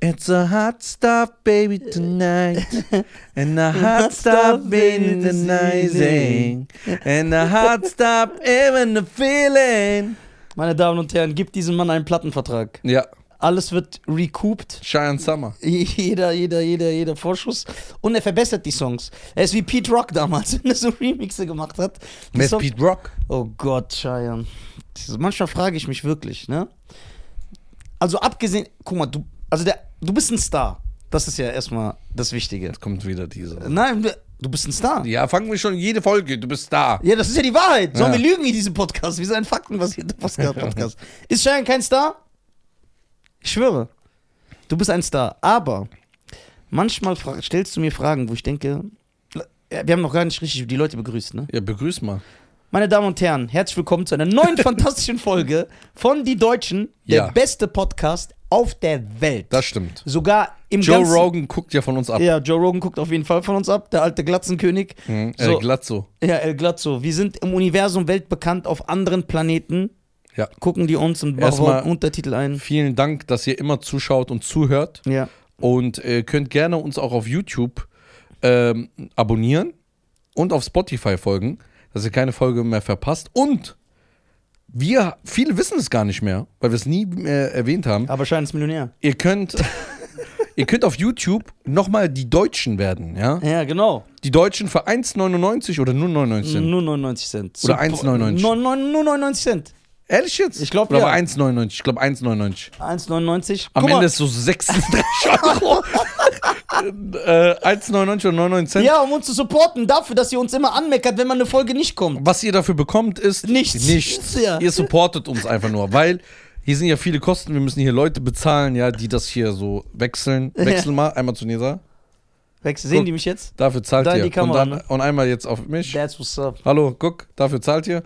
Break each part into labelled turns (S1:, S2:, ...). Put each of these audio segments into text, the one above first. S1: It's a hot stuff, baby, tonight. And a hot stuff, baby, tonight. And a hot stuff, even the feeling.
S2: Meine Damen und Herren, gibt diesem Mann einen Plattenvertrag.
S1: Ja,
S2: Alles wird recouped.
S1: Cheyenne Summer.
S2: Jeder, jeder, jeder, jeder Vorschuss. Und er verbessert die Songs. Er ist wie Pete Rock damals, wenn er so Remixe gemacht hat. Die
S1: Wer ist
S2: Songs-
S1: Pete Rock?
S2: Oh Gott, Cheyenne. Diese- Manchmal frage ich mich wirklich, ne? Also abgesehen, guck mal, du, also der, du bist ein Star. Das ist ja erstmal das Wichtige.
S1: Jetzt kommt wieder dieser.
S2: Nein, du- du bist ein Star.
S1: Ja, fangen wir schon jede Folge. Du bist da.
S2: Ja, das ist ja die Wahrheit. Sollen
S1: Ja.
S2: wir lügen in diesem Podcast? Wir sind ein faktenbasierter Podcast- Podcast. ist Cheyenne kein Star? Ich schwöre. Du bist ein Star. Aber manchmal fra- stellst du mir Fragen, wo ich denke, Ja, wir haben noch gar nicht richtig die Leute begrüßt, ne?
S1: Ja, begrüß mal.
S2: Meine Damen und Herren, herzlich willkommen zu einer neuen fantastischen Folge von Die Deutschen, der
S1: Ja.
S2: beste Podcast auf der Welt.
S1: Das stimmt.
S2: Sogar im
S1: Joe
S2: ganzen
S1: Rogan guckt ja von uns ab.
S2: Ja, Joe Rogan guckt auf jeden Fall von uns ab, der alte Glatzenkönig.
S1: Mhm.
S2: So.
S1: Äh, glatt so.
S2: Ja, El Glatzo, wir sind im Universum weltbekannt auf anderen Planeten.
S1: Ja.
S2: Gucken die uns und
S1: Erstmal-
S2: bauen Untertitel ein.
S1: Vielen Dank, dass ihr immer zuschaut und zuhört.
S2: Ja.
S1: Und äh, könnt gerne uns auch auf YouTube ähm, abonnieren und auf Spotify folgen, dass ihr keine Folge mehr verpasst. Und wir, viele wissen es gar nicht mehr, weil wir es nie mehr erwähnt haben.
S2: Aber Schein ist Millionär.
S1: Ihr könnt, ihr könnt auf YouTube nochmal die Deutschen werden, ja?
S2: Ja, genau.
S1: Die Deutschen für 1,99 oder nur 99 Cent.
S2: Nur 99 Cent.
S1: Oder
S2: Super-
S1: 1,99.
S2: Nur nur 99 Cent.
S1: Ehrlich jetzt?
S2: Ich glaub,
S1: Oder
S2: ja.
S1: aber 1,99. Ich glaube 1,99.
S2: 1,99.
S1: Am
S2: Guck
S1: Ende
S2: mal.
S1: ist so Äh, 36 Euro. äh, 1,99 oder 99 Cent.
S2: Ja, um uns zu supporten dafür, dass ihr uns immer anmeckert, wenn mal eine Folge nicht kommt.
S1: Was ihr dafür bekommt, ist
S2: Nichts.
S1: nichts.
S2: Ja.
S1: Ihr supportet uns einfach nur, weil hier sind ja viele Kosten. Wir müssen hier Leute bezahlen, ja, die das hier so wechseln. Wechsel mal einmal zu Nisa.
S2: Rex, sehen
S1: Guck.
S2: die mich jetzt?
S1: Dafür zahlt
S2: Da in
S1: ihr.
S2: die Kamera,
S1: und, dann,
S2: ne?
S1: und einmal jetzt auf mich.
S2: That's what's up.
S1: Hallo, guck, dafür zahlt ihr.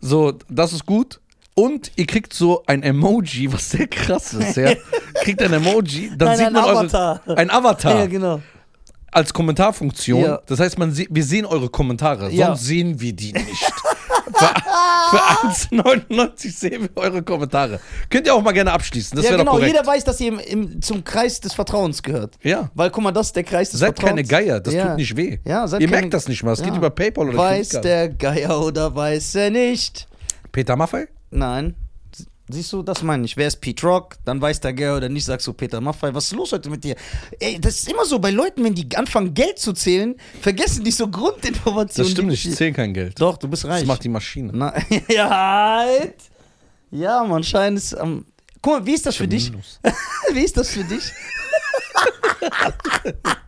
S1: So, das ist gut. Und ihr kriegt so ein Emoji, was sehr krass ist, ja. Kriegt ein Emoji, dann
S2: Nein,
S1: sieht
S2: ein
S1: man
S2: Avatar.
S1: Eure, ein Avatar
S2: Ja, genau.
S1: als Kommentarfunktion.
S2: Ja.
S1: Das heißt, man se wir sehen eure Kommentare,
S2: Ja.
S1: sonst sehen wir die nicht. Für, für 1,99 sehen wir eure Kommentare. Könnt ihr auch mal gerne abschließen, das
S2: ja,
S1: wäre
S2: genau.
S1: doch korrekt.
S2: Jeder weiß, dass ihr im, im, zum Kreis des Vertrauens gehört.
S1: ja.
S2: Weil, guck mal, das ist der Kreis des
S1: Seid keine
S2: Vertrauens.
S1: Geier, das
S2: Ja.
S1: tut nicht weh.
S2: Ja, seid
S1: ihr
S2: keine-
S1: merkt das nicht mal, es geht
S2: Ja.
S1: über Paypal oder
S2: Weiß
S1: Kreditkarte.
S2: der Geier oder weiß er nicht?
S1: Peter Maffei?
S2: Nein. Sie- Siehst du, das meine ich. Wer ist Pete Rock? Dann weiß der Geier oder nicht, sagst du Peter Maffei. Was ist los heute mit dir? Ey, das ist immer so bei Leuten, wenn die anfangen, Geld zu zählen, vergessen die so Grundinformationen.
S1: Das stimmt
S2: die-
S1: nicht, ich zähle kein Geld.
S2: Doch, Hm, du bist reich.
S1: Das macht die Maschine.
S2: Na, ja, halt. Ja, man, Schein ist am. Guck mal, wie ist das für dich?
S1: Minus.
S2: Wie ist das für dich?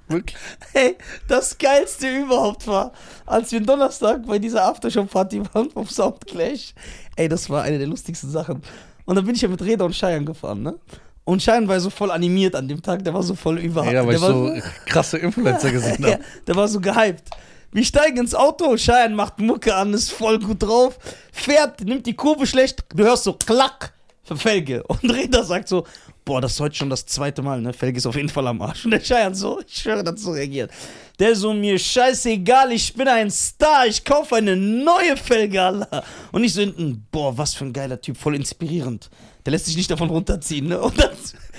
S1: Wirklich?
S2: Hey, das Geilste überhaupt war, als wir Donnerstag bei dieser Aftershow-Party waren vom Soundclash. Ey, das war eine der lustigsten Sachen. Und dann bin ich ja mit Reda und Scheiern gefahren, ne? Und Schein war so voll animiert an dem Tag, der war so voll überhaupt.
S1: Ja, weil
S2: Oh, der
S1: ich
S2: war
S1: so krasse Influencer gesehen
S2: ja,
S1: habe.
S2: der war so gehypt. Wir steigen ins Auto, Schein macht Mucke an, ist voll gut drauf, fährt, nimmt die Kurve schlecht, du hörst so klack, Felge. Und Reda sagt so, boah, das ist heute schon das zweite Mal, ne? Felge ist auf jeden Fall am Arsch. Und der Schein so, ich schwöre, das so reagiert. Der so, mir scheißegal, ich bin ein Star, ich kaufe eine neue Felge, Allah. Und ich so hinten, boah, was für ein geiler Typ, voll inspirierend. Der lässt sich nicht davon runterziehen, ne? Und dann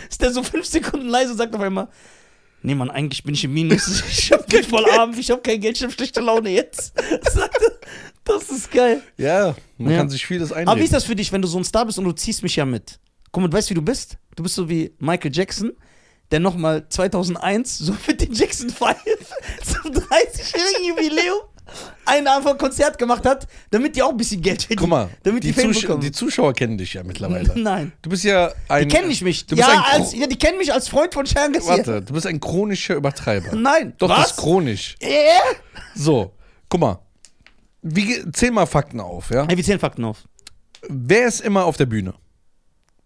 S2: ist der so fünf Sekunden leise und sagt auf einmal, Nee, Mann, eigentlich bin ich im Minus. Ich hab Geld voll arm, ich hab kein Geld, ich hab schlechte Laune jetzt. Sagte, Das ist geil.
S1: Ja, man
S2: Ja.
S1: kann sich vieles einreden.
S2: Aber wie ist das für dich, wenn du so ein Star bist und du ziehst mich ja mit? Guck mal, du weißt, wie du bist? Du bist so wie Michael Jackson, der nochmal 2001 so mit den Jackson 5 zum 30-jährigen Jubiläum einen Abend vom Konzert gemacht hat, damit die auch ein bisschen Geld verdienen.
S1: Guck mal,
S2: damit die,
S1: die,
S2: Fame
S1: Zusch-
S2: bekommen.
S1: die Zuschauer kennen dich ja mittlerweile.
S2: Nein.
S1: Du bist ja
S2: Die
S1: ein.
S2: kennen nicht mich.
S1: Du bist
S2: Ja,
S1: ein
S2: als, ja, die kennen mich als Freund von Sharon Garcia.
S1: Warte, du bist ein chronischer Übertreiber.
S2: Nein.
S1: Doch, das
S2: Was?
S1: ist chronisch.
S2: Äh?
S1: So, guck mal. Wie, ge- zähl mal Fakten auf, ja?
S2: Ey, wir zählen Fakten auf.
S1: Wer ist immer auf der Bühne?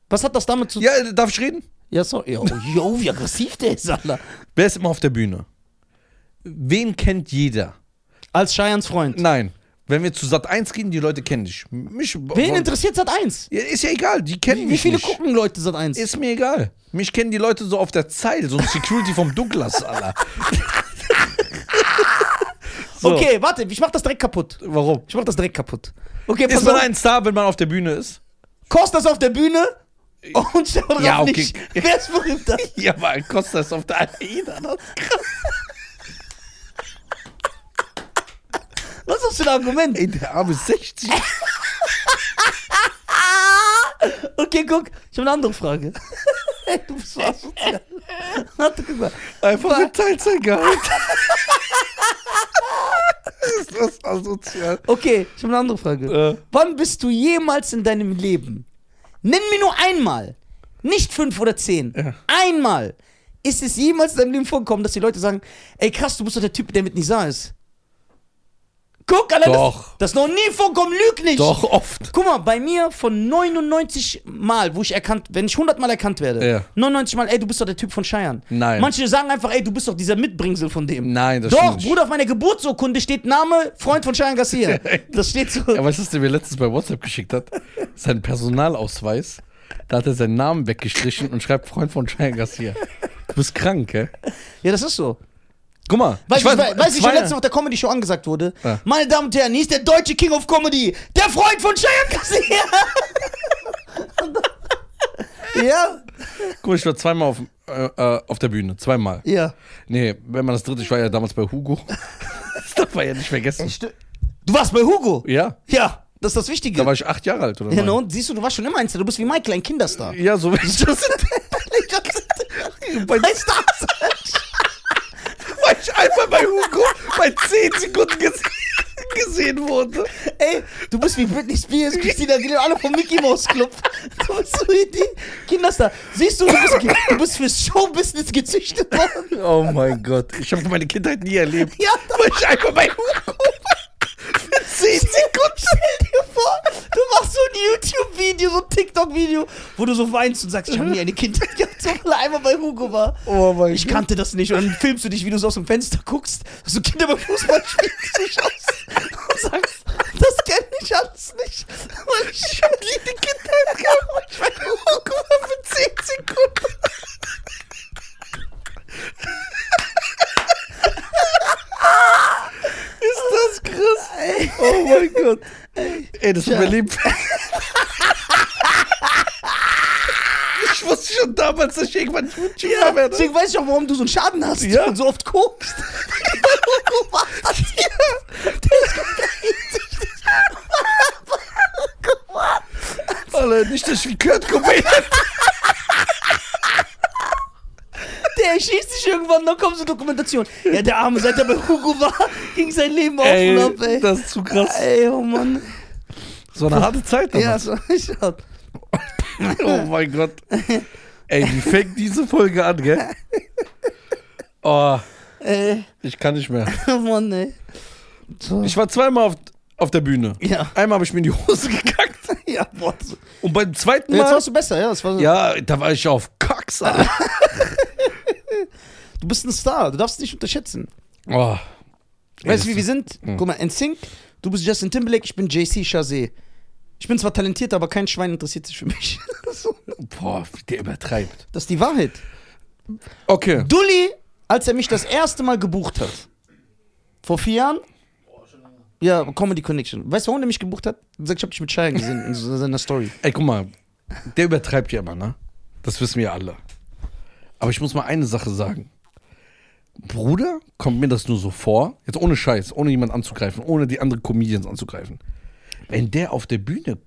S2: Was hat das damit zu tun?
S1: Ja, äh, darf ich reden?
S2: Ja, so. Jo, jo, wie aggressiv der ist, Alter.
S1: Wer ist immer auf der Bühne? Wen kennt jeder?
S2: Als Cheyennes Freund.
S1: Nein. Wenn wir zu Sat 1 gehen, die Leute kennen dich. Mich
S2: Wen interessiert Sat 1?
S1: Ja, Ist ja egal, die kennen
S2: Wie
S1: mich
S2: viele
S1: nicht.
S2: gucken Leute Sat 1?
S1: Ist mir egal. Mich kennen die Leute so auf der Zeil, so ein Security vom Douglas, Alter. so.
S2: Okay, warte, ich mach das direkt kaputt.
S1: Warum?
S2: Ich mach das direkt kaputt. Okay,
S1: Ist
S2: pass
S1: man
S2: auf.
S1: ein Star, wenn man auf der Bühne ist?
S2: Kostas auf der Bühne Und schau drauf
S1: Ja, okay.
S2: nicht. Wer ist berühmter?
S1: Ja, aber ein Costa ist auf der Aida. Das ist krass.
S2: Was hast du für ein Argument?
S1: Ey, der Arme ist 60.
S2: Okay, guck, ich habe eine andere Frage. Ey, du bist so asozial. Warte, guck mal.
S1: Einfach mit Teilzeitgehalt. ist das asozial?
S2: Okay, ich habe eine andere Frage.
S1: Äh.
S2: Wann bist du jemals in deinem Leben? Nenn mir nur einmal, nicht fünf oder zehn.
S1: Ja.
S2: Einmal ist es jemals in deinem Leben vorgekommen, dass die Leute sagen: Ey, krass, du bist doch der Typ, der mit Nisa ist. Guck, Alter,
S1: Doch.
S2: Das, das ist noch nie vorkommen, lüg nicht.
S1: Doch, oft.
S2: Guck mal, bei mir von 99 Mal, wo ich erkannt, wenn ich 100 Mal erkannt werde,
S1: Ja.
S2: 99 Mal, ey, du bist doch der Typ von Scheiern.
S1: Nein.
S2: Manche sagen einfach, ey, du bist doch dieser Mitbringsel von dem.
S1: Nein, das
S2: doch,
S1: stimmt nicht.
S2: Bruder, auf meiner Geburtsurkunde steht Name Freund von Scheiern Garcia. Das steht so.
S1: Ja, weißt du, was der mir letztens bei WhatsApp geschickt hat? Sein Personalausweis. Da hat er seinen Namen weggestrichen und schreibt Freund von Cheyenne Garcia. Du bist krank, gell?
S2: Ja, das ist so.
S1: Guck mal.
S2: Weiß ich, weiß, weiß ich schon
S1: zwei-
S2: letztens auf der Comedy Show angesagt wurde.
S1: Ja.
S2: Meine Damen und Herren, hier ist der deutsche King of Comedy, der Freund von Cheyenne Garcia. ja,
S1: Guck mal, ich war zweimal auf, äh, äh, auf der Bühne. Zweimal.
S2: ja.
S1: Nee, wenn man das dritte, ich war ja damals bei Hugo. das darf man ja nicht vergessen.
S2: Du warst bei Hugo.
S1: Ja,
S2: Ja, das ist das Wichtige.
S1: da war ich acht Jahre alt, oder?
S2: Ja,
S1: neun.
S2: no, und siehst du, du warst schon immer eins, du bist wie Michael, ein Kinderstar.
S1: Ja, so wie ich das
S2: Bei den Stars.
S1: weil ich einfach bei Hugo bei 10 Sekunden gese gesehen wurde.
S2: Ey, du bist wie Britney Spears, Christina Aguilera, alle vom Mickey Mouse Club. Du bist so wie die Kinderstar. Siehst du, du bist, du bist fürs Showbusiness gezüchtet worden.
S1: Oh mein Gott, ich habe meine Kindheit nie erlebt.
S2: Ja,
S1: Weil ich einfach bei Hugo für 10
S2: Gott, stell dir vor, du machst so ein YouTube-Video, so ein TikTok-Video, wo du so weinst und sagst, ich habe nie eine Kindheit gehabt, so weil er einmal bei Hugo war.
S1: Mhm. Oh mein
S2: Ich kannte das nicht. Und dann filmst du dich, wie du so aus dem Fenster guckst, dass du Kinder beim Fußball spielen zuschaust und sagst, das kenne ich alles nicht. Weil ich, ich habe nie die Kindheit gehabt. Und ich war Hugo für 10 Sekunden.
S1: Ist das krass? Oh mein Gott. Ey, das überlebt. Ich wusste schon damals, dass ich irgendwann YouTuber
S2: Ja,
S1: werde.
S2: deswegen weiß ich auch, warum du so einen Schaden hast
S1: Ja.
S2: und so oft guckst. Bei Hugo war das hier.
S1: Alter, nicht, dass ich wie Kurt Cobain
S2: Der erschießt dich irgendwann, dann kommt so Dokumentation. Ja, der Arme, seit er bei Hugo war, ging sein Leben auf und ab, ey.
S1: das ist zu krass.
S2: Ey, oh Mann.
S1: So eine harte Zeit
S2: Ja,
S1: damals.
S2: so, ich hab.
S1: Oh mein Gott. Ey, wie fängt diese Folge an, gell? Oh,
S2: Ey,
S1: ich kann nicht mehr.
S2: oh Mann, ey. So.
S1: Ich war zweimal auf, auf der Bühne.
S2: Ja.
S1: Einmal habe ich mir in die Hose gekackt.
S2: Ja, boah. so-
S1: Und beim zweiten
S2: Ja, Jetzt
S1: Mal.
S2: warst du besser, ja. Das war so.
S1: Ja, da war ich auf Kacks, Alter.
S2: Du bist ein Star, du darfst es nicht unterschätzen.
S1: Oh.
S2: Ah. Weißt du,
S1: Ey,
S2: wie wir sind? Guck mal, NSYNC, du bist Justin Timberlake, ich bin JC Chazé. Ich bin zwar talentiert, aber kein Schwein interessiert sich für mich. So,
S1: Boah, wie der übertreibt.
S2: das ist die Wahrheit.
S1: Okay.
S2: Dulli, als er mich das erste Mal gebucht hat, vor vier Jahren, ja, Comedy Connection. Weißt du, warum der mich gebucht hat? Er hat gesagt, ich hab dich mit Schein gesehen in so- seiner Story.
S1: Ey, guck mal. Der übertreibt ja immer, ne? Das wissen wir alle. Aber ich muss mal eine Sache sagen. Bruder, kommt mir das nur so vor, jetzt ohne Scheiß, ohne jemand anzugreifen, ohne die anderen Comedians anzugreifen. Wenn der auf der Bühne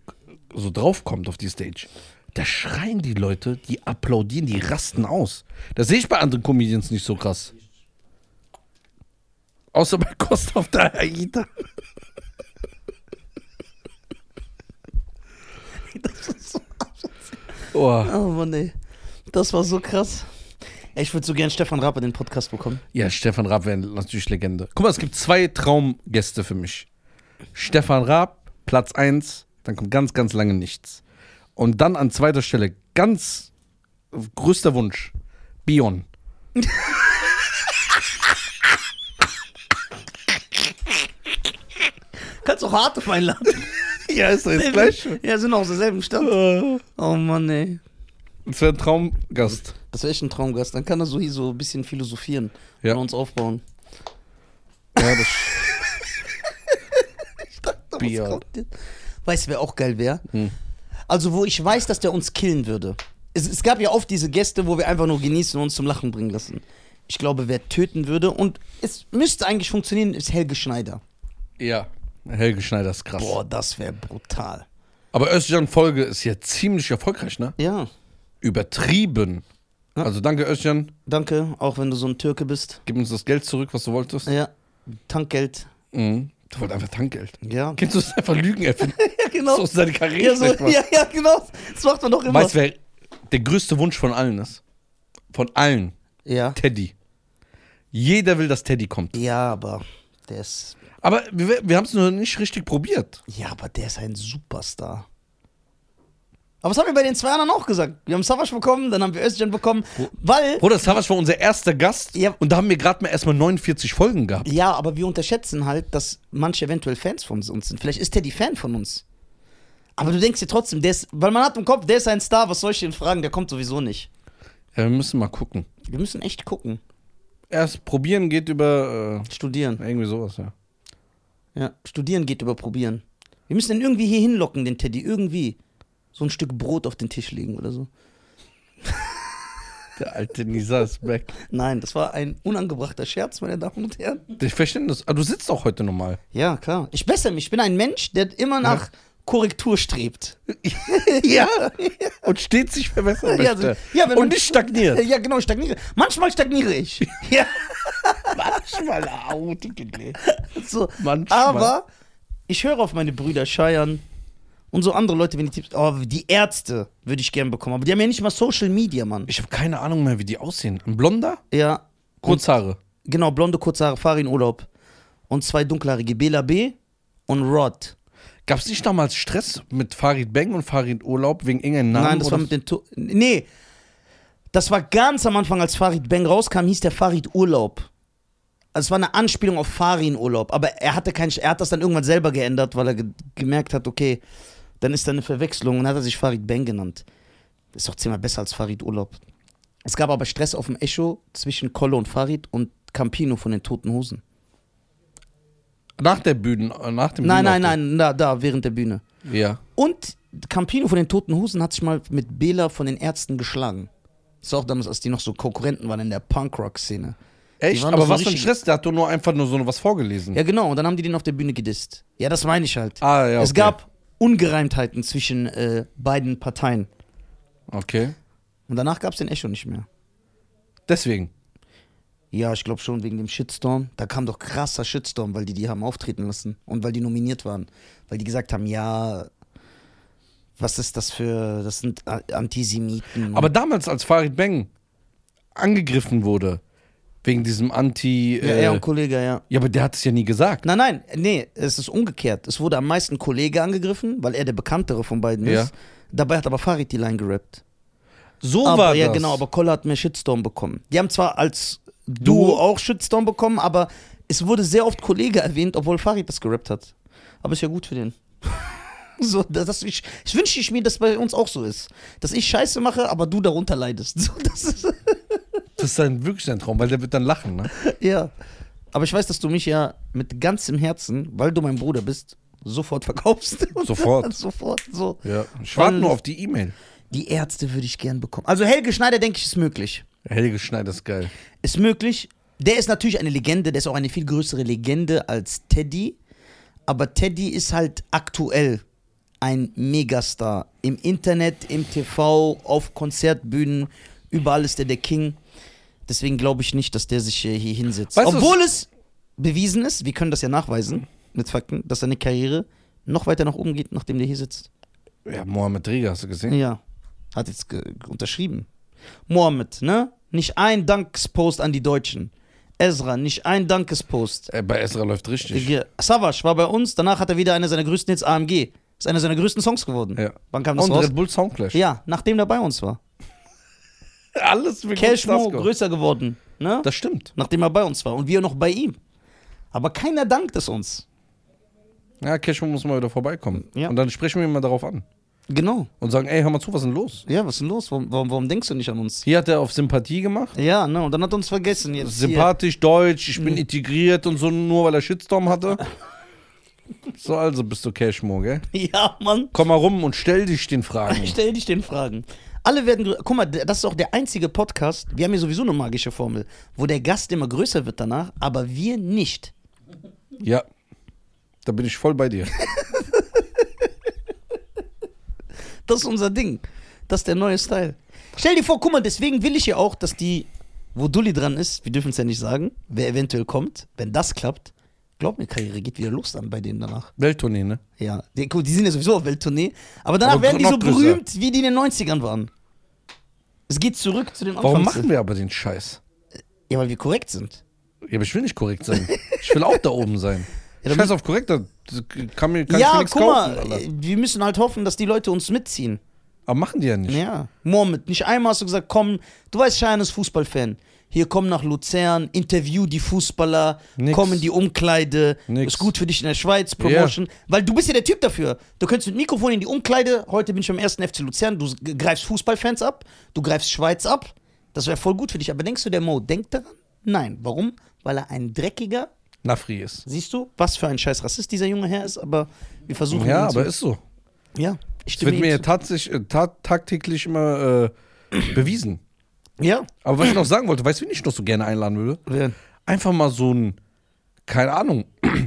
S1: so draufkommt, auf die Stage, da schreien die Leute, die applaudieren, die rasten aus. Das sehe ich bei anderen Comedians nicht so krass. Außer bei Costa auf der Aida. Oh.
S2: Oh Mann, ey. Das war so krass. Ey, ich würde so gern Stefan Raab in den Podcast bekommen.
S1: Ja, Stefan Raab wäre natürlich Legende. Guck mal, es gibt zwei Traumgäste für mich. Stefan Raab, Platz 1, dann kommt ganz, ganz lange nichts. Und dann an zweiter Stelle, ganz äh, größter Wunsch, Bion.
S2: Kannst auch hart auf einladen.
S1: Ja, ist doch jetzt
S2: Ja, sind auch aus derselben Stadt. Oh Mann, ey.
S1: Das wäre ein Traumgast.
S2: Das wäre echt ein Traumgast. Dann kann er so hier so ein bisschen philosophieren
S1: Ja.
S2: und uns aufbauen.
S1: Ja, das
S2: Ich dachte, was
S1: Bier. Hm.
S2: kommt jetzt? Weißt du, wer auch geil wäre? also wo ich weiß, dass der uns killen würde. Es, es gab ja oft diese Gäste, wo wir einfach nur genießen und uns zum Lachen bringen lassen. Ich glaube, wer töten würde und es müsste eigentlich funktionieren, ist Helge Schneider.
S1: Ja. Helge Schneider ist krass.
S2: Boah, das wäre brutal.
S1: Aber Özcan Folge ist ja ziemlich erfolgreich, ne?
S2: Ja,
S1: Übertrieben. Also danke, Özcan.
S2: danke, auch wenn du so ein Türke bist.
S1: Gib uns das Geld zurück, was du wolltest.
S2: Ja, Tankgeld.
S1: Mhm. Du wolltest einfach Tankgeld.
S2: Ja.
S1: Kennst du das einfach Lügen erfinden?
S2: Ja,
S1: so
S2: genau.
S1: ist deine Karriere.
S2: Ja, so,
S1: schlecht gemacht.
S2: ja, ja, genau. Das macht man doch immer.
S1: Weißt du, wer der größte Wunsch von allen ist? Von allen.
S2: ja.
S1: Teddy. Jeder will, dass Teddy kommt.
S2: ja, aber der ist.
S1: Aber wir, wir haben es noch nicht richtig probiert.
S2: Ja, aber der ist ein Superstar. Aber was haben wir bei den zwei anderen auch gesagt? Wir haben Savas bekommen, dann haben wir Özcan bekommen, weil.
S1: Bruder, Savas war unser erster Gast
S2: Ja.
S1: und da haben wir gerade mal erstmal 49 Folgen gehabt.
S2: Ja, aber wir unterschätzen halt, dass manche eventuell Fans von uns sind. Vielleicht ist Teddy Fan von uns. Aber du denkst dir trotzdem, der ist, weil man hat im Kopf, der ist ein Star, was soll ich den fragen? Der kommt sowieso nicht.
S1: Ja, wir Äh, müssen mal gucken.
S2: Wir müssen echt gucken.
S1: Erst probieren geht über
S2: Studieren.
S1: äh, irgendwie sowas, ja.
S2: Ja, studieren geht über probieren. Wir müssen den irgendwie hier hinlocken, den Teddy, irgendwie. So ein Stück Brot auf den Tisch legen oder so.
S1: Der alte Nisa ist back.
S2: Nein, das war ein unangebrachter Scherz, meine Damen und Herren.
S1: Ich verstehe das. Aber du sitzt auch heute normal.
S2: Ja, klar. Ich bessere mich. Ich bin ein Mensch, der immer nach Korrektur strebt.
S1: ja. Und stets sich verbessern
S2: Ja,
S1: möchte.
S2: so- ja, wenn
S1: und
S2: man-
S1: nicht stagniert.
S2: Ja, genau, ich stagniere. Manchmal stagniere ich. ja,
S1: Manchmal, au, Dicke,
S2: so.
S1: Manchmal.
S2: Aber ich höre auf meine Brüder scheiern und so andere Leute, wenn die Tipps. Oh, die Ärzte würde ich gern bekommen. Aber die haben ja nicht mal Social Media, Mann.
S1: Ich habe keine Ahnung mehr, wie die aussehen. Ein Blonder?
S2: Ja,
S1: Kurzhaare.
S2: genau, blonde, kurze Haare, fahre in Urlaub. Und zwei dunkelhaarige, Bela B. und Rod.
S1: Gab es nicht damals Stress mit Farid Beng und Farid Urlaub wegen irgendeinem Namen?
S2: Nein, das war mit den. Tu nee, das war ganz am Anfang, als Farid Bang rauskam, hieß der Farid Urlaub. Also es war eine Anspielung auf Farin Urlaub, aber er hatte keinen, er hat das dann irgendwann selber geändert, weil er ge gemerkt hat, okay, dann ist da eine Verwechslung und hat er sich Farid Bang genannt. Das ist doch zehnmal besser als Farid Urlaub. Es gab aber Stress auf dem Echo zwischen Kolle und Farid und Campino von den Toten Hosen.
S1: nach der Bühnen, äh, nach dem
S2: Nein, nein,
S1: Bühnenauftritt.
S2: nein, da, da, während der Bühne.
S1: Ja.
S2: Und Campino von den Toten Hosen hat sich mal mit Bela von den Ärzten geschlagen. Das war auch damals, als die noch so Konkurrenten waren in der Punkrock-Szene.
S1: Echt?
S2: waren
S1: Aber
S2: doch so
S1: was für ein
S2: richtig-
S1: Stress? Der hat doch nur einfach nur so was vorgelesen.
S2: Ja, genau, und dann haben die den auf der Bühne gedisst. Ja, das meine ich halt.
S1: Ah, ja,
S2: Es
S1: okay.
S2: gab Ungereimtheiten zwischen äh, beiden Parteien.
S1: Okay.
S2: Und danach gab es den Echo nicht mehr.
S1: Deswegen.
S2: Ja, ich glaube schon wegen dem Shitstorm. Da kam doch krasser Shitstorm, weil die die haben auftreten lassen und weil die nominiert waren. Weil die gesagt haben, ja, was ist das für, das sind A- Antisemiten.
S1: Aber damals, als Farid Beng angegriffen wurde, wegen diesem Anti.
S2: ja,
S1: Äh,
S2: er
S1: ja,
S2: und Kollege, ja.
S1: aber der hat es ja nie gesagt.
S2: Nein, nein, nee, es ist umgekehrt. Es wurde am meisten Kollege angegriffen, weil er der bekanntere von beiden
S1: Ja.
S2: ist. Dabei hat aber Farid die Line gerappt.
S1: So
S2: aber,
S1: war
S2: ja,
S1: das.
S2: genau, aber Koller hat mehr Shitstorm bekommen. Die haben zwar als Duo
S1: Duo?
S2: auch Shitstorm bekommen, aber es wurde sehr oft Kollege erwähnt, obwohl Farid das gerappt hat. Aber ist ja gut für den. So, das, das, ich, ich wünsche ich mir, dass bei uns auch so ist. Dass ich Scheiße mache, aber du darunter leidest. So, das ist,
S1: Das ist dann wirklich sein Traum, weil der wird dann lachen, ne?
S2: ja. Aber ich weiß, dass du mich ja mit ganzem Herzen, weil du mein Bruder bist, sofort verkaufst.
S1: Sofort.
S2: sofort, so.
S1: Ja. Ich warte
S2: Und-
S1: nur auf die E-Mail.
S2: Die Ärzte würde ich gern bekommen. Also Helge Schneider, denke ich, ist möglich.
S1: Helge Schneider ist geil.
S2: Ist möglich. Der ist natürlich eine Legende, der ist auch eine viel größere Legende als Teddy. Aber Teddy ist halt aktuell ein Megastar. Im Internet, im TV, auf Konzertbühnen, überall ist er der King. Deswegen glaube ich nicht, dass der sich äh, hier hinsetzt.
S1: Weißt du,
S2: Obwohl es bewiesen ist, wir können das ja nachweisen mit Fakten, dass seine Karriere noch weiter nach oben geht, nachdem der hier sitzt.
S1: Ja, Mohammed Rieger, hast du gesehen?
S2: Ja. Hat jetzt ge- unterschrieben. Mohammed, ne? Nicht ein Dankespost an die Deutschen. Ezra, nicht ein Dankespost.
S1: Äh, Bei Esra läuft richtig.
S2: Ge- Savas war bei uns, danach hat er wieder einer seiner größten Hits AMG. Ist einer seiner größten Songs geworden.
S1: Ja.
S2: Wann kam das
S1: Und
S2: raus?
S1: Red Bull Soundclash.
S2: Ja, nachdem er bei uns war.
S1: Alles wegen
S2: Cashmo
S1: Stasko.
S2: größer geworden, ne?
S1: Das stimmt.
S2: nachdem er bei uns war und wir noch bei ihm. Aber keiner dankt es uns.
S1: Ja, Cashmo muss mal wieder vorbeikommen.
S2: Ja.
S1: Und dann sprechen wir ihn mal darauf an.
S2: Genau.
S1: Und sagen, ey, hör mal zu, was ist denn los?
S2: Ja, was ist denn los? Warum, warum, warum denkst du nicht an uns?
S1: Hier hat er auf Sympathie gemacht.
S2: Ja, ne, und dann hat er uns vergessen jetzt. hier. Hm.
S1: Sympathisch, deutsch, ich bin integriert und so, nur weil er Shitstorm hatte. So, also bist du Cashmo, gell?
S2: Ja, Mann.
S1: Komm mal rum und stell dich den Fragen.
S2: Ich stell dich den Fragen. Alle werden. grö- Guck mal, d- das ist auch der einzige Podcast. Wir haben hier sowieso eine magische Formel, wo der Gast immer größer wird danach, aber wir nicht.
S1: Ja. Da bin ich voll bei dir.
S2: Das ist unser Ding. Das ist der neue Style. Stell dir vor, guck mal, deswegen will ich ja auch, dass die, wo Dulli dran ist, wir dürfen es ja nicht sagen, wer eventuell kommt, wenn das klappt, glaub mir, Karriere geht wieder los dann bei denen danach.
S1: Welttournee, ne?
S2: Ja, die, guck, die sind ja sowieso auf Welttournee, aber danach
S1: Aber
S2: werden die
S1: noch
S2: so
S1: größer.
S2: berühmt, wie die in den 90ern waren. Es geht zurück zu den
S1: Warum
S2: Anfangs.
S1: machen wir aber den Scheiß?
S2: Ja, weil wir korrekt sind.
S1: Ja, aber ich will nicht korrekt sein. Ich will auch da oben sein.
S2: Ja, dann-
S1: Scheiß auf korrekt, da kann, mir, kann ich mir
S2: ja,
S1: nichts
S2: guck
S1: kaufen.
S2: mal,
S1: Alter.
S2: wir müssen halt hoffen, dass die Leute uns mitziehen.
S1: Aber machen die ja nicht.
S2: Ja, Mohammed, nicht einmal hast du gesagt, komm, du weißt, Schein ist Fußballfan. Hier komm nach Luzern, interview die Fußballer,
S1: Nix.
S2: komm in die Umkleide,
S1: Nix.
S2: ist gut für dich in der Schweiz, Promotion. Weil du bist ja der Typ dafür. Du könntest mit Mikrofon in die Umkleide, heute bin ich beim ersten FC Luzern, du greifst Fußballfans ab, du greifst Schweiz ab. Das wäre voll gut für dich. Aber denkst du, der Mo denkt daran? Nein. Warum? Weil er ein dreckiger,
S1: Nafri ist.
S2: siehst du, was für ein scheiß Rassist dieser junge Herr ist, aber wir versuchen
S1: Ja,
S2: ihn zu-
S1: aber ist so.
S2: ja, ich
S1: Es wird
S2: stimme
S1: mir ja
S2: ihm
S1: tatsächlich, äh, ta tagtäglich immer äh, bewiesen.
S2: zu. Ja,
S1: Aber was ich noch sagen wollte, weißt du, wen ich noch so gerne einladen würde?
S2: Wer?
S1: Einfach mal so ein, keine Ahnung,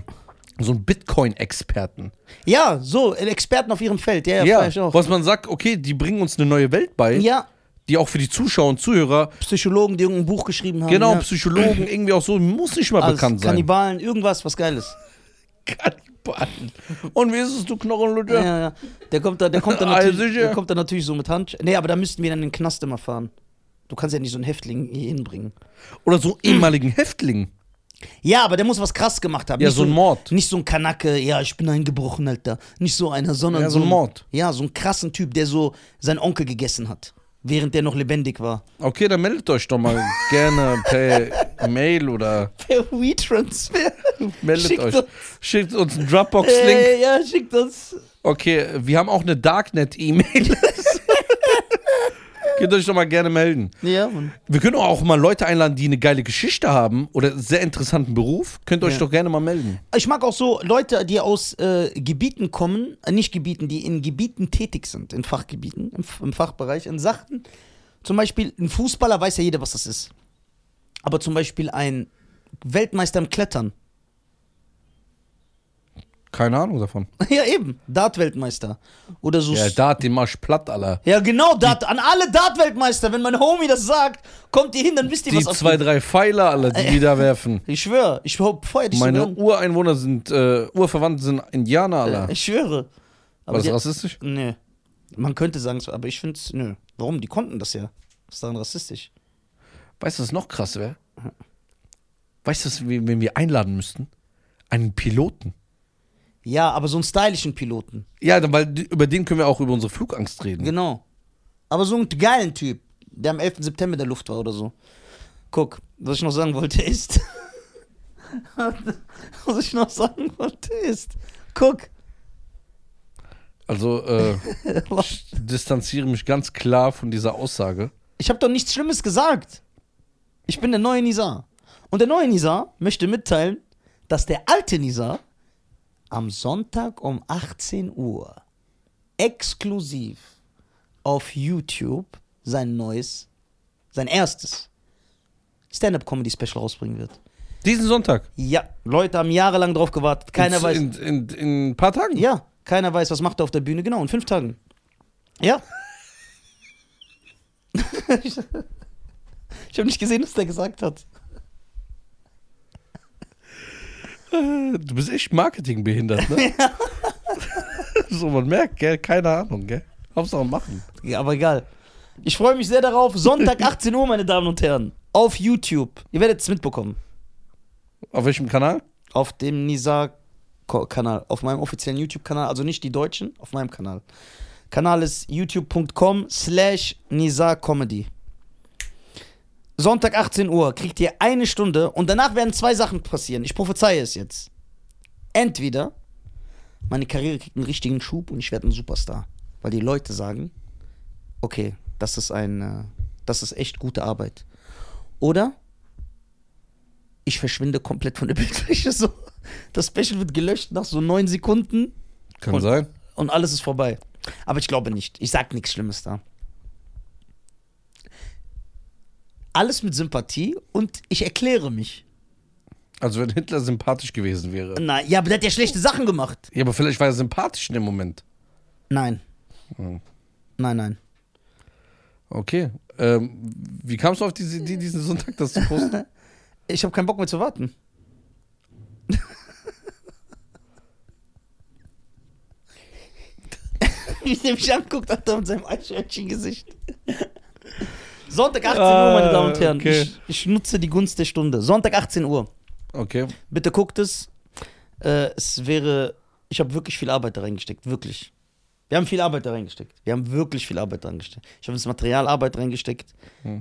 S1: so ein Bitcoin-Experten.
S2: Ja, so, äh, Experten auf ihrem Feld, ja, ja,
S1: Ja,
S2: vielleicht auch.
S1: was man sagt, okay, die bringen uns eine neue Welt bei,
S2: Ja,
S1: die auch für die Zuschauer und Zuhörer,
S2: Psychologen, die irgendein Buch geschrieben haben.
S1: genau,
S2: ja. Also
S1: Psychologen, irgendwie auch so, muss nicht mal
S2: Alles,
S1: bekannt sein.
S2: Kannibalen, irgendwas, was Geiles.
S1: Kannibalen. Und wie ist es, du
S2: Ja,
S1: Knochenlutscher?
S2: ja, ja. Der kommt da, der kommt da
S1: Ah,
S2: natürlich,
S1: sicher.
S2: der kommt da natürlich so mit Hand. Nee, aber da müssten wir dann in den Knast immer fahren. Du kannst ja nicht so einen Häftling hier hinbringen.
S1: Oder so einen ehemaligen Häftling.
S2: Ja, aber der muss was krass gemacht haben.
S1: Ja,
S2: Nicht
S1: so ein Mord.
S2: Nicht so ein Kanacke, ja, ich bin eingebrochen, Alter. Nicht so einer, sondern
S1: Ja, so ein Mord.
S2: Ja, so einen krassen Typ, der so seinen Onkel gegessen hat, während der noch lebendig war.
S1: Okay, dann meldet euch doch mal gerne per Mail oder
S2: Per WeTransfer.
S1: meldet
S2: Schickt
S1: euch.
S2: uns-
S1: Schickt uns einen Dropbox-Link.
S2: Äh, ja, schickt uns.
S1: Okay, wir haben auch eine Darknet-E-Mail. Könnt ihr euch doch mal gerne melden.
S2: Ja, Mann.
S1: Wir können auch mal Leute einladen, die eine geile Geschichte haben oder einen sehr interessanten Beruf. Könnt ihr euch
S2: Ja.
S1: doch gerne mal melden.
S2: Ich mag auch so Leute, die aus äh, Gebieten kommen, äh, nicht Gebieten, die in Gebieten tätig sind, in Fachgebieten, im, F- im Fachbereich, in Sachen. Zum Beispiel ein Fußballer weiß ja jeder, was das ist. Aber zum Beispiel ein Weltmeister im Klettern.
S1: Keine Ahnung davon.
S2: ja, eben, Dart-Weltmeister. Oder so.
S1: Ja,
S2: Ja,
S1: da hat den Marsch platt, Alter.
S2: genau, Dart. An alle Dart-Weltmeister, wenn mein Homie das sagt, kommt ihr hin, dann wisst ihr,
S1: Die
S2: was
S1: zwei,
S2: abgeht.
S1: drei Pfeiler, Alter, die die da werfen.
S2: Ich schwöre, ich ho- feuer dich
S1: Meine
S2: so
S1: Ureinwohner sind, äh, Urverwandte sind Indianer,
S2: lang.
S1: Alter.
S2: Ich schwöre.
S1: War das
S2: die-
S1: rassistisch?
S2: Nö. Man könnte sagen, es- aber ich finde es, nö. Warum? Die konnten das ja. Ist daran rassistisch.
S1: Weißt du, was noch krass wäre? Weißt du, was wir- wen wir einladen müssten? Einen Piloten.
S2: Ja, aber so einen stylischen Piloten.
S1: Ja, dann- weil die- über den können wir auch über unsere Flugangst reden.
S2: Genau. Aber so einen geilen Typ, der am 11. September in der Luft war oder so. Guck, was ich noch sagen wollte ist. was ich noch sagen wollte ist. Guck.
S1: Also, äh, ich distanziere mich ganz klar von dieser Aussage.
S2: Ich habe doch nichts Schlimmes gesagt. Ich bin der neue Nizar. Und der neue Nizar möchte mitteilen, dass der alte Nizar am Sonntag um 18 Uhr exklusiv auf YouTube sein neues, sein erstes Stand-up-Comedy-Special rausbringen wird.
S1: Diesen Sonntag.
S2: Ja, Leute haben jahrelang drauf gewartet. Keiner
S1: in,
S2: weiß.
S1: In, in, in ein paar Tagen.
S2: Ja, keiner weiß, was macht er auf der Bühne. Genau, in fünf Tagen. Ja. ich habe nicht gesehen, was der gesagt hat.
S1: Du bist echt marketingbehindert, ne? so, man merkt, gell? Keine Ahnung, gell? Hauptsache machen.
S2: Ja, aber egal. Ich freue mich sehr darauf. Sonntag 18 Uhr, meine Damen und Herren. Auf YouTube. Ihr werdet es mitbekommen.
S1: Auf welchem Kanal?
S2: Auf dem Nisa-Kanal. Auf meinem offiziellen YouTube-Kanal. Also nicht die Deutschen, auf meinem Kanal. Kanal ist youtube.com slash Nisa Comedy. Sonntag 18 Uhr kriegt ihr eine Stunde und danach werden zwei Sachen passieren. Ich prophezeie es jetzt. Entweder meine Karriere kriegt einen richtigen Schub und ich werde ein Superstar, weil die Leute sagen, okay, das ist ein, äh, das ist echt gute Arbeit. Oder ich verschwinde komplett von der Bildfläche. So. Das Special wird gelöscht nach so neun Sekunden
S1: Kann
S2: Und-
S1: sein.
S2: und alles ist vorbei. Aber ich glaube nicht. Ich sag nichts Schlimmes da. Alles mit Sympathie und ich erkläre mich.
S1: Also wenn Hitler sympathisch gewesen wäre.
S2: Na, ja, aber der hat ja schlechte Sachen gemacht.
S1: Ja, aber vielleicht war er sympathisch in dem Moment.
S2: Nein. Nein, nein.
S1: Okay. Ähm, wie kamst du auf diese Idee, diesen Sonntag das zu posten?
S2: Ich habe keinen Bock mehr zu warten. Wie der mich anguckt, Alter, mit seinem Eichhörnchen-Gesicht. Sonntag 18 Uhr, meine
S1: Ah,
S2: Damen und Herren.
S1: okay.
S2: Ich, ich nutze die Gunst der Stunde. Sonntag 18 Uhr.
S1: Okay.
S2: Bitte guckt es. Äh, es wäre. Ich habe wirklich viel Arbeit da reingesteckt. Wirklich. Wir haben viel Arbeit da reingesteckt. Wir haben wirklich viel Arbeit da reingesteckt. Ich habe ins Material Arbeit reingesteckt.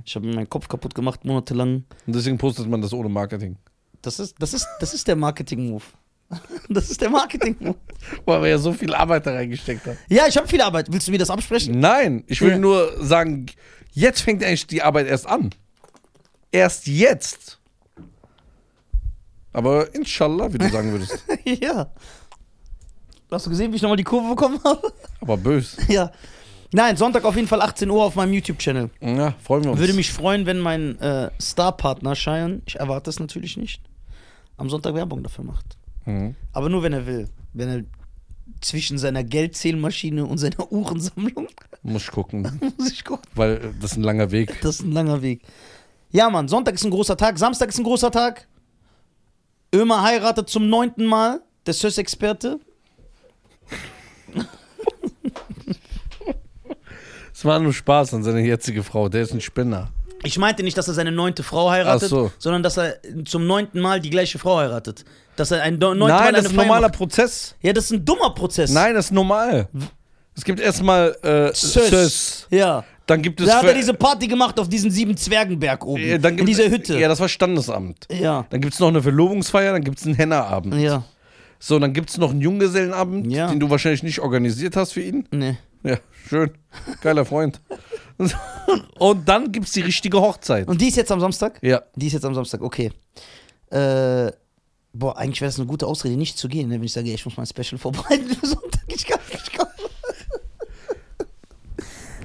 S2: Ich habe mir meinen Kopf kaputt gemacht, monatelang.
S1: Und deswegen postet man das ohne Marketing.
S2: Das ist, das ist, das ist der Marketing-Move. Das ist der Marketing-Move.
S1: Weil wir ja so viel Arbeit da reingesteckt haben.
S2: Ja, ich habe viel Arbeit. Willst du mir das absprechen?
S1: Nein, ich will
S2: Ja.
S1: nur sagen, jetzt fängt eigentlich die Arbeit erst an. Erst jetzt. Aber inshallah, wie du sagen würdest.
S2: ja. Hast du gesehen, wie ich nochmal die Kurve bekommen habe?
S1: Aber bös.
S2: ja. Nein, Sonntag auf jeden Fall 18 Uhr auf meinem YouTube-Channel.
S1: Ja, freuen wir uns.
S2: Würde mich freuen, wenn mein äh, Star-Partner Cheyenne, ich erwarte es natürlich nicht, am Sonntag Werbung dafür macht.
S1: Mhm.
S2: Aber nur, wenn er will. Wenn er zwischen seiner Geldzählmaschine und seiner Uhrensammlung
S1: Muss ich gucken,
S2: muss ich gucken.
S1: weil äh, das ist ein langer Weg.
S2: Das ist ein langer Weg. Ja, Mann, Sonntag ist ein großer Tag, Samstag ist ein großer Tag. Ömer heiratet zum neunten Mal, der SÖS-Experte.
S1: Es war nur Spaß an seine jetzige Frau. Der ist ein Spinner.
S2: Ich meinte nicht, dass er seine neunte Frau heiratet,
S1: Ach so.
S2: sondern dass er zum neunten Mal die gleiche Frau heiratet. Dass er ein neunten Mal
S1: Nein,
S2: eine
S1: das ist ein
S2: Feier
S1: normaler
S2: macht.
S1: Prozess.
S2: Ja, das ist ein dummer Prozess.
S1: Nein, das ist normal. Es gibt erstmal äh,
S2: Sös.
S1: Sös.
S2: Ja.
S1: Dann gibt es.
S2: Da hat
S1: Ver-
S2: er diese Party gemacht auf diesem sieben Zwergenberg oben.
S1: äh, dann
S2: in
S1: gibt
S2: dieser Hütte.
S1: Ja, das war Standesamt.
S2: ja.
S1: Dann gibt es noch eine Verlobungsfeier, dann gibt es einen Hennerabend.
S2: Ja.
S1: So, dann gibt es noch einen Junggesellenabend,
S2: Ja.
S1: den du wahrscheinlich nicht organisiert hast für ihn.
S2: Nee.
S1: Ja, schön. Geiler Freund. Und dann gibt es die richtige Hochzeit.
S2: Und die ist jetzt am Samstag?
S1: Ja.
S2: Die ist jetzt am Samstag, okay. Äh, boah, eigentlich wäre es eine gute Ausrede, nicht zu gehen, ne? wenn ich sage, ja, ich muss mein Special vorbereiten für Sonntag. Ich kann nicht kommen.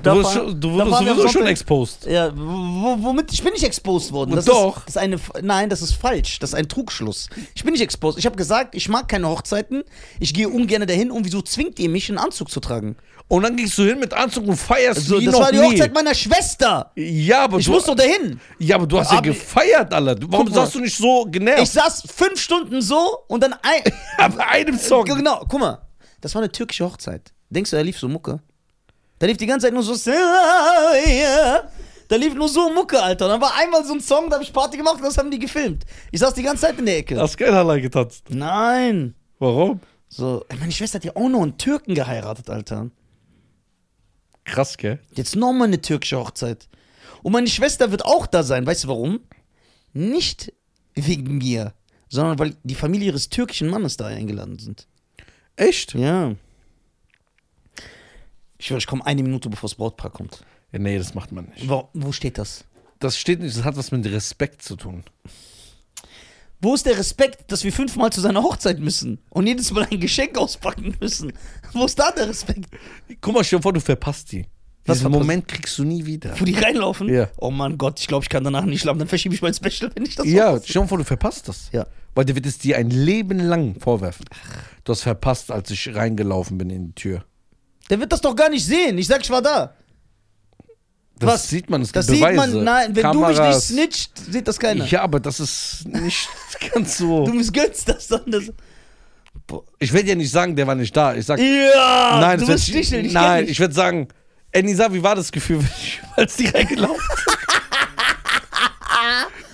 S1: Du
S2: Da
S1: wurdest,
S2: fahr-
S1: schon- du
S2: da
S1: wurdest
S2: fahren wir am
S1: sowieso schon
S2: Sonntag-
S1: exposed.
S2: Ja, wo- womit? Ich bin nicht exposed worden.
S1: Und
S2: Das
S1: doch.
S2: Ist, das ist eine, F- nein, das ist falsch. Das ist ein Trugschluss. Ich bin nicht exposed. Ich habe gesagt, ich mag keine Hochzeiten. Ich gehe ungern dahin. Und wieso zwingt ihr mich, einen Anzug zu tragen?
S1: Und dann gehst du hin mit Anzug und feierst
S2: So,
S1: wie
S2: das
S1: noch
S2: war die
S1: nie.
S2: Hochzeit meiner Schwester.
S1: Ja, aber
S2: Ich
S1: du,
S2: muss doch dahin.
S1: ja, aber du hast ja
S2: Aber-
S1: gefeiert, Alter. Du- Warum
S2: Guck mal.
S1: sagst du nicht so genervt?
S2: Ich saß fünf Stunden so und dann ein.
S1: Ab einem Song.
S2: Genau, guck mal. Das war eine türkische Hochzeit. Denkst du, da lief so Mucke? Da lief die ganze Zeit nur so. Da lief nur so Mucke, Alter. Und dann war einmal so ein Song, da habe ich Party gemacht und das haben die gefilmt. Ich saß die ganze Zeit in der Ecke.
S1: Hast kein Halal getanzt.
S2: Nein.
S1: Warum?
S2: So, ey, meine Schwester hat ja auch noch einen Türken geheiratet, Alter.
S1: Krass, gell?
S2: Jetzt nochmal eine türkische Hochzeit. Und meine Schwester wird auch da sein. Weißt du warum? Nicht wegen mir, sondern weil die Familie ihres türkischen Mannes da eingeladen sind.
S1: Echt?
S2: Ja. Ich schwöre, ich komme eine Minute, bevor das Brautpaar kommt.
S1: Ja, nee, das macht man nicht.
S2: Wo, wo steht das?
S1: Das steht nicht, das hat was mit Respekt zu tun.
S2: Wo ist der Respekt, dass wir fünfmal zu seiner Hochzeit müssen und jedes Mal ein Geschenk auspacken müssen? Wo ist da der Respekt?
S1: Guck mal, stell dir vor, du verpasst die.
S2: Was
S1: Diesen
S2: verpasst?
S1: Moment kriegst du nie wieder.
S2: Wo die reinlaufen?
S1: Ja.
S2: Oh mein Gott, ich glaube, ich kann danach nicht schlafen. Dann verschiebe ich mein Special, wenn ich das
S1: Ja,
S2: so
S1: stell dir vor, du verpasst das.
S2: Ja.
S1: Weil der wird es dir ein Leben lang vorwerfen. Du hast verpasst, als ich reingelaufen bin in die Tür.
S2: Der wird das doch gar nicht sehen. Ich sag, ich war da.
S1: Das
S2: Was?
S1: sieht man, es gibt
S2: Das
S1: Beweise.
S2: sieht man. Nein, wenn du mich nicht
S1: Kameras.
S2: snitcht, sieht das keiner.
S1: Ja, aber das ist nicht ganz so.
S2: Du missgönnst das dann. Das.
S1: Ich werde ja nicht sagen, der war nicht da. Ich sag,
S2: Ja!
S1: nein,
S2: du
S1: das
S2: bist
S1: werd ich,
S2: sticheln. Ich
S1: nein,
S2: kenn dich.
S1: ich würde sagen, ey Nisa, wie war das Gefühl, wenn ich- als die reingelaufen sind?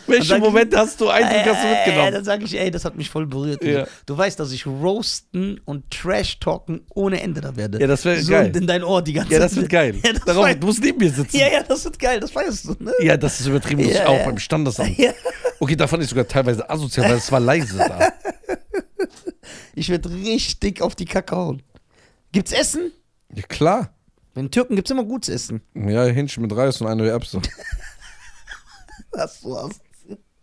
S1: Welche
S2: sag ich-
S1: Momente hast du Eindruck hast du
S2: Äh,
S1: mitgenommen?
S2: Dann sag ich, ey, das hat mich voll berührt.
S1: Ja.
S2: Du weißt, dass ich roasten und Trash-Talken ohne Ende da werde.
S1: Ja, das wär
S2: so
S1: geil.
S2: in dein Ohr die ganze
S1: Ja,
S2: Zeit.
S1: das wird geil.
S2: Ja, das,
S1: Darum,
S2: feier-
S1: du musst neben mir sitzen.
S2: ja, ja, das wird geil. Das feierst du, ne?
S1: Ja, das ist übertrieben, das
S2: Ja,
S1: ist auch
S2: ja.
S1: beim Standesamt.
S2: Ja.
S1: Okay, da fand ich sogar teilweise asozial, weil es war leise da.
S2: Ich werde richtig auf die Kacke hauen. Gibt's Essen?
S1: Ja, klar.
S2: Bei den Türken gibt's immer gutes Essen.
S1: Ja, Hähnchen mit Reis und eine Erbse.
S2: Das war's.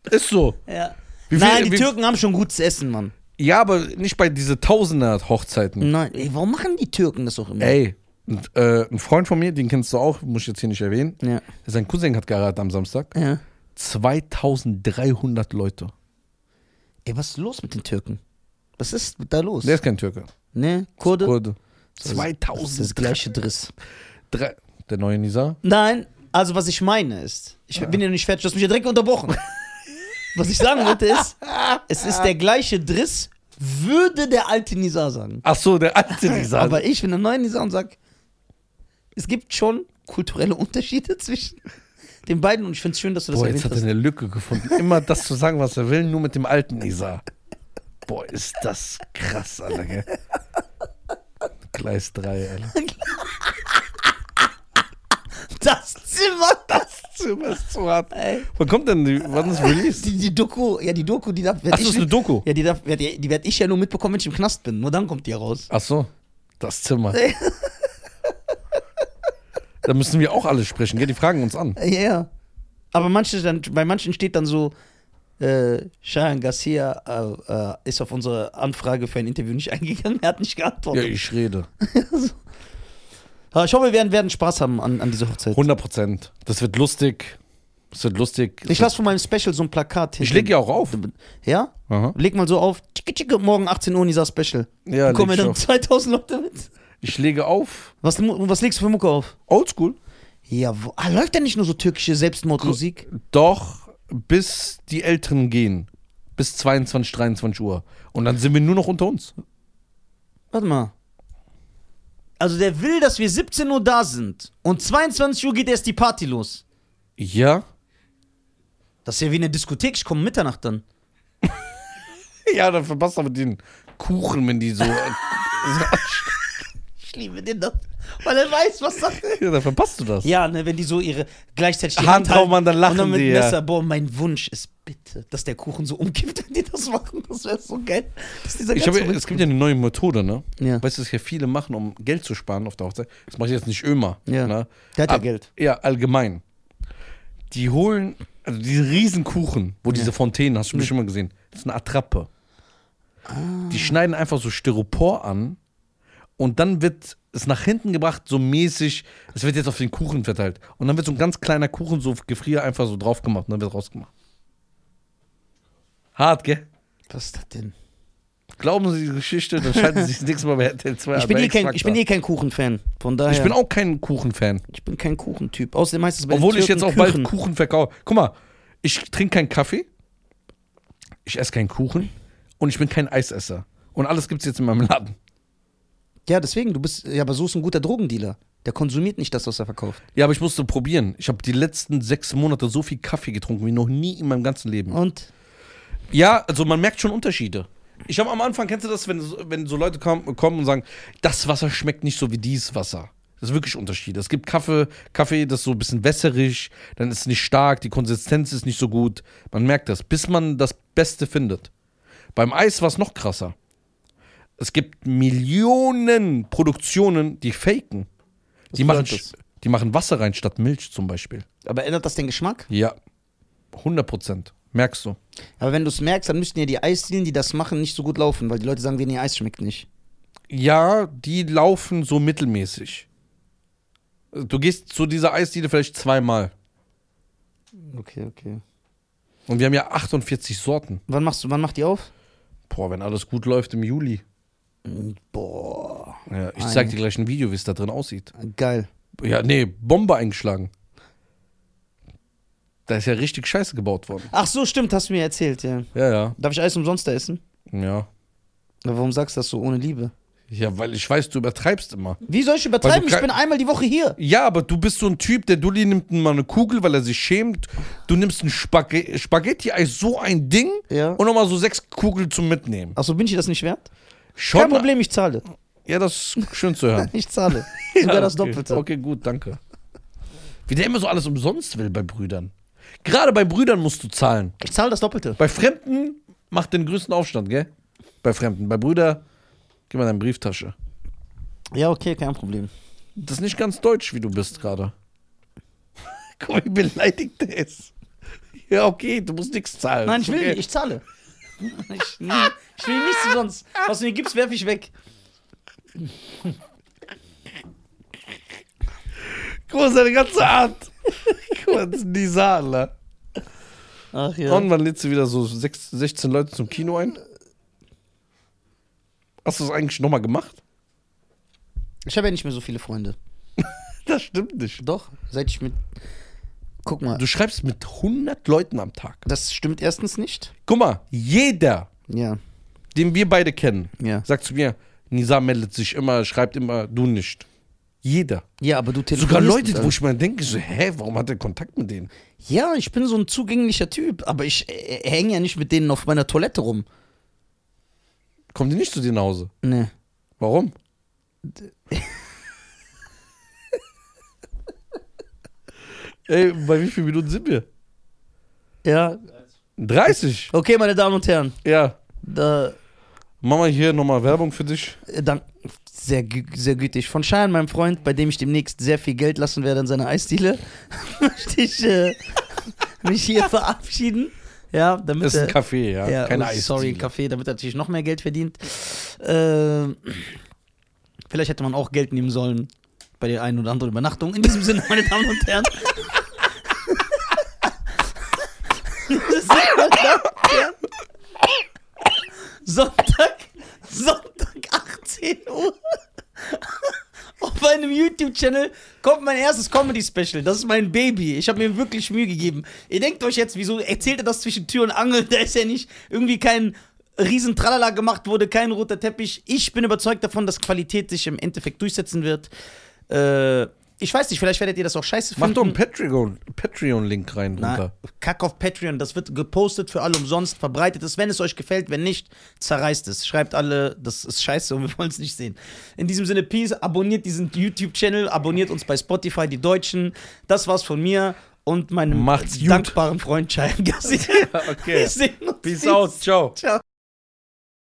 S1: Ist so.
S2: Ja.
S1: Wie
S2: Nein, die
S1: wie,
S2: Türken haben schon gutes Essen, Mann.
S1: Ja, aber nicht bei diese Tausender-Hochzeiten.
S2: Nein, ey, warum machen die Türken das auch immer?
S1: Mhm. Ey, und, äh, ein Freund von mir, den kennst du auch, muss ich jetzt hier nicht erwähnen.
S2: Ja.
S1: Sein Cousin hat geheiratet am Samstag.
S2: ja.
S1: 2300 Äh? Leute.
S2: Ey, was ist los mit den Türken? Was ist da los?
S1: Der ist kein Türke.
S2: ne? Kurde?
S1: Kurde.
S2: Das ist das
S1: 2000.
S2: gleiche Driss.
S1: Drei- Der neue Nisa?
S2: Nein, also was ich meine ist, ich
S1: Ah.
S2: bin ja noch nicht fertig, du hast mich ja direkt unterbrochen. was ich sagen wollte ist, es ist der gleiche Driss, würde der alte Nizar sagen.
S1: Ach so, der alte Nisa.
S2: Aber ich bin der neue Nizar und sag, es gibt schon kulturelle Unterschiede zwischen den beiden und ich finde es schön, dass du das
S1: Boah, jetzt
S2: erwähnt
S1: hat er
S2: hast.
S1: eine Lücke gefunden. Immer das zu sagen, was er will, nur mit dem alten Nisa. Boah, ist das krass, Alter. Gell? Gleis 3, Alter.
S2: Das Zimmer, das
S1: Zimmer ist zu hart.
S2: Ey.
S1: Wann kommt denn die, wann ist Release?
S2: Die, die Doku, ja, die Doku, die darf. werd
S1: Ach, das
S2: ich
S1: ist eine
S2: nicht-
S1: Doku.
S2: Ja, die, darf, werd- die werde ich ja nur mitbekommen, wenn ich im Knast bin. Nur dann kommt die raus.
S1: Ach so, das Zimmer. Da müssen wir auch alle sprechen, gell? Die fragen uns an.
S2: Ja, ja. Aber manche dann, bei manchen steht dann so, äh, Sharon Garcia äh, äh, ist auf unsere Anfrage für ein Interview nicht eingegangen, er hat nicht
S1: Ja,
S2: geantwortet.
S1: ich rede.
S2: Aber ich hoffe, wir werden, werden Spaß haben an, an dieser Hochzeit.
S1: 100 Prozent. Das wird lustig. Das wird lustig.
S2: Ich lasse von meinem Special so ein Plakat hin.
S1: ich leg ja auch auf.
S2: Ja?
S1: Aha.
S2: Leg mal so auf, tschicke, tschicke, morgen 18 Uhr in dieser Special.
S1: Ja,
S2: Dann kommen ja
S1: leg ich
S2: dann
S1: auf.
S2: 2000 Leute mit.
S1: Ich lege auf.
S2: Was, mu- was legst du für Mucke auf?
S1: Oldschool.
S2: Ja, wo, ah, läuft da nicht nur so türkische Selbstmordmusik?
S1: Doch, bis die Älteren gehen. Bis 22, 23 Uhr. Und dann sind wir nur noch unter uns.
S2: Warte mal. Also der will, dass wir 17 Uhr da sind und 22 Uhr geht erst die Party los.
S1: Ja?
S2: Das ist ja wie eine Diskothek, ich komme Mitternacht dann.
S1: Ja, dann verpasst aber den Kuchen, wenn die so. ja,
S2: Ich liebe den das, weil er weiß, was Sache ist.
S1: dann verpasst du das.
S2: Ja, ne, wenn die so ihre gleichzeitig die
S1: Hand drauf
S2: halten
S1: machen, dann lachen
S2: und dann mit
S1: die, ja.
S2: Messer. Boah, mein Wunsch ist bitte, dass der Kuchen so umkippt, wenn die das machen. Das wäre so geil. Dass dieser
S1: Ich habe,
S2: ganze-
S1: es gibt ja eine neue Methode, ne?
S2: Ja.
S1: Weißt du, was ja viele machen, um Geld zu sparen auf der Hochzeit? Das mache ich jetzt nicht immer.
S2: Ja.
S1: Ne?
S2: Der hat ja
S1: Ab-
S2: Geld.
S1: Ja, allgemein. Die holen, also diese Riesenkuchen, wo diese Fontänen, hast du bestimmt schon mal gesehen, das ist eine Attrappe.
S2: Ah.
S1: Die schneiden einfach so Styropor an und dann wird es nach hinten gebracht, so mäßig, es wird jetzt auf den Kuchen verteilt. Und dann wird so ein ganz kleiner Kuchen, so Gefrier, einfach so drauf gemacht und dann wird rausgemacht. Hart, gell?
S2: Was ist das denn?
S1: Glauben Sie die Geschichte, dann schalten Sie sich das nächste Mal bei RTL 2
S2: Ich bin,
S1: bei
S2: eh kein,
S1: X-Factor.
S2: ich bin eh kein Kuchenfan. Von daher.
S1: Ich bin auch kein Kuchenfan.
S2: ich bin kein Kuchentyp. Außerdem heißt es bei den
S1: Obwohl ich jetzt auch
S2: Türken
S1: bald
S2: Küchen.
S1: Kuchen verkaufe. Guck mal, ich trinke keinen Kaffee, ich esse keinen Kuchen und ich bin kein Eisesser. Und alles gibt's jetzt in meinem Laden.
S2: Ja, deswegen, du bist, ja, aber so ist ein guter Drogendealer. Der konsumiert nicht das, was er verkauft.
S1: Ja, aber ich musste probieren. Ich habe die letzten sechs Monate so viel Kaffee getrunken wie noch nie in meinem ganzen Leben.
S2: Und?
S1: Ja, also man merkt schon Unterschiede. Ich habe am Anfang, kennst du das, wenn, so- wenn so Leute kommen, kommen und sagen, das Wasser schmeckt nicht so wie dieses Wasser. Das ist wirklich Unterschiede. Es gibt Kaffee, Kaffee, das ist so ein bisschen wässerig, dann ist es nicht stark, die Konsistenz ist nicht so gut. Man merkt das, bis man das Beste findet. Beim Eis war es noch krasser. Es gibt Millionen Produktionen, die faken. Die machen,
S2: bedeutet
S1: sch- die machen Wasser rein statt Milch zum Beispiel.
S2: Aber ändert das den Geschmack?
S1: Ja, 100 Prozent. Merkst du.
S2: Aber wenn du es merkst, dann müssten ja die Eisdielen, die das machen, nicht so gut laufen, weil die Leute sagen, denen ihr Eis schmeckt nicht.
S1: Ja, die laufen so mittelmäßig. Du gehst zu dieser Eisdiele vielleicht zweimal.
S2: Okay, okay.
S1: Und wir haben ja 48 Sorten.
S2: Wann machst du, wann macht die auf?
S1: Boah, wenn alles gut läuft im Juli.
S2: Boah,
S1: Ja, ich
S2: Ei.
S1: zeig dir gleich ein Video, wie es da drin aussieht.
S2: geil.
S1: Ja, nee, Bombe eingeschlagen. Da ist ja richtig scheiße gebaut worden.
S2: Ach so, stimmt, hast du mir erzählt, ja.
S1: Ja, ja.
S2: Darf ich Eis umsonst da essen?
S1: Ja.
S2: Na, warum sagst du das so ohne Liebe?
S1: Ja, weil ich weiß, du übertreibst immer.
S2: Wie soll ich übertreiben?
S1: Weil du
S2: Ich bin einmal die Woche hier.
S1: Ja, aber du bist so ein Typ, der Dulli nimmt mal eine Kugel, weil er sich schämt. Du nimmst ein Spag- Spaghetti-Eis, so ein Ding
S2: Ja.
S1: und nochmal so sechs Kugeln zum Mitnehmen.
S2: Achso, bin ich das nicht wert?
S1: Schon
S2: Kein Problem, ich zahle.
S1: Ja, das ist schön zu hören. Ah,
S2: Ich zahle. Sogar das
S1: okay.
S2: Doppelte.
S1: Okay, gut, danke. Wie der immer so alles umsonst will bei Brüdern. Gerade bei Brüdern musst du zahlen.
S2: Ich zahle das Doppelte.
S1: Bei Fremden macht den größten Aufstand, gell? Bei Fremden. Bei Brüder, gib mal deine Brieftasche.
S2: Ja, okay, kein Problem.
S1: Das ist nicht ganz deutsch, wie du bist gerade. Guck mal, wie beleidigt der ist. Ja, okay, du musst nichts zahlen.
S2: Nein, ich will
S1: okay.
S2: nicht, ich zahle. Ich, nee, ich will nichts sonst. Was du mir gibst, werfe ich weg.
S1: Guck mal, seine ganze Art. Guck mal, das ist dieser Adler.
S2: Ach
S1: Und wann lädst du wieder so sechs, 16 Leute zum Kino ein? Hast du das eigentlich nochmal gemacht?
S2: Ich habe ja nicht mehr so viele Freunde.
S1: Das stimmt nicht.
S2: Doch, seit ich mit. Guck mal,
S1: Du schreibst mit 100 Leuten am Tag.
S2: das stimmt erstens nicht.
S1: Guck mal, jeder,
S2: Ja.
S1: den wir beide kennen,
S2: Ja.
S1: sagt zu mir, Nisa meldet sich immer, schreibt immer, du nicht. Jeder.
S2: Ja, aber du
S1: Sogar Leute,
S2: mit
S1: wo ich mal denke, so, hä, warum hat er Kontakt mit denen?
S2: Ja, ich bin so ein zugänglicher Typ, aber ich äh, hänge ja nicht mit denen auf meiner Toilette rum.
S1: Kommen die nicht zu dir nach Hause?
S2: Nee.
S1: Warum? Ey, bei wie vielen Minuten sind wir?
S2: Ja.
S1: 30?
S2: Okay, meine Damen und Herren,
S1: Ja.
S2: da,
S1: Mach mal hier nochmal Werbung für dich.
S2: äh, dank, sehr, gü- sehr gütig. Von Schein, meinem Freund, bei dem ich demnächst sehr viel Geld lassen werde in seiner Eisdiele, möchte ich äh, mich hier verabschieden. Ja, damit
S1: Ist ein
S2: er.
S1: Kaffee, ja.
S2: Ja,
S1: Keine
S2: oh,
S1: Eis.
S2: Sorry, ein Kaffee, damit er natürlich noch mehr Geld verdient. Ähm, vielleicht hätte man auch Geld nehmen sollen bei der einen oder anderen Übernachtung. In diesem Sinne, meine Damen und Herren. In diesem Sinne, meine Damen und Herren. Sonntag, Sonntag 18 Uhr. Auf meinem YouTube-Channel kommt mein erstes Comedy-Special. Das ist mein Baby. Ich habe mir wirklich Mühe gegeben. Ihr denkt euch jetzt, wieso erzählt er das zwischen Tür und Angel? Da ist ja nicht irgendwie kein riesen Tralala gemacht wurde, kein roter Teppich. Ich bin überzeugt davon, dass Qualität sich im Endeffekt durchsetzen wird. Äh, ich weiß nicht, vielleicht werdet ihr das auch scheiße
S1: Mach
S2: finden.
S1: doch einen Patreon- Patreon-Link rein
S2: Na,
S1: runter.
S2: Kack auf Patreon, das wird gepostet für alle umsonst, verbreitet es, wenn es euch gefällt, wenn nicht, zerreißt es. Schreibt alle, das ist scheiße und wir wollen es nicht sehen. In diesem Sinne, Peace, abonniert diesen YouTube-Channel, abonniert uns bei Spotify, die Deutschen. Das war's von mir und meinem
S1: Macht's gut.
S2: dankbaren Freund Cheyenne Gassi.
S1: Okay.
S2: Wir sehen uns.
S1: Peace out. Ciao.
S2: Ciao.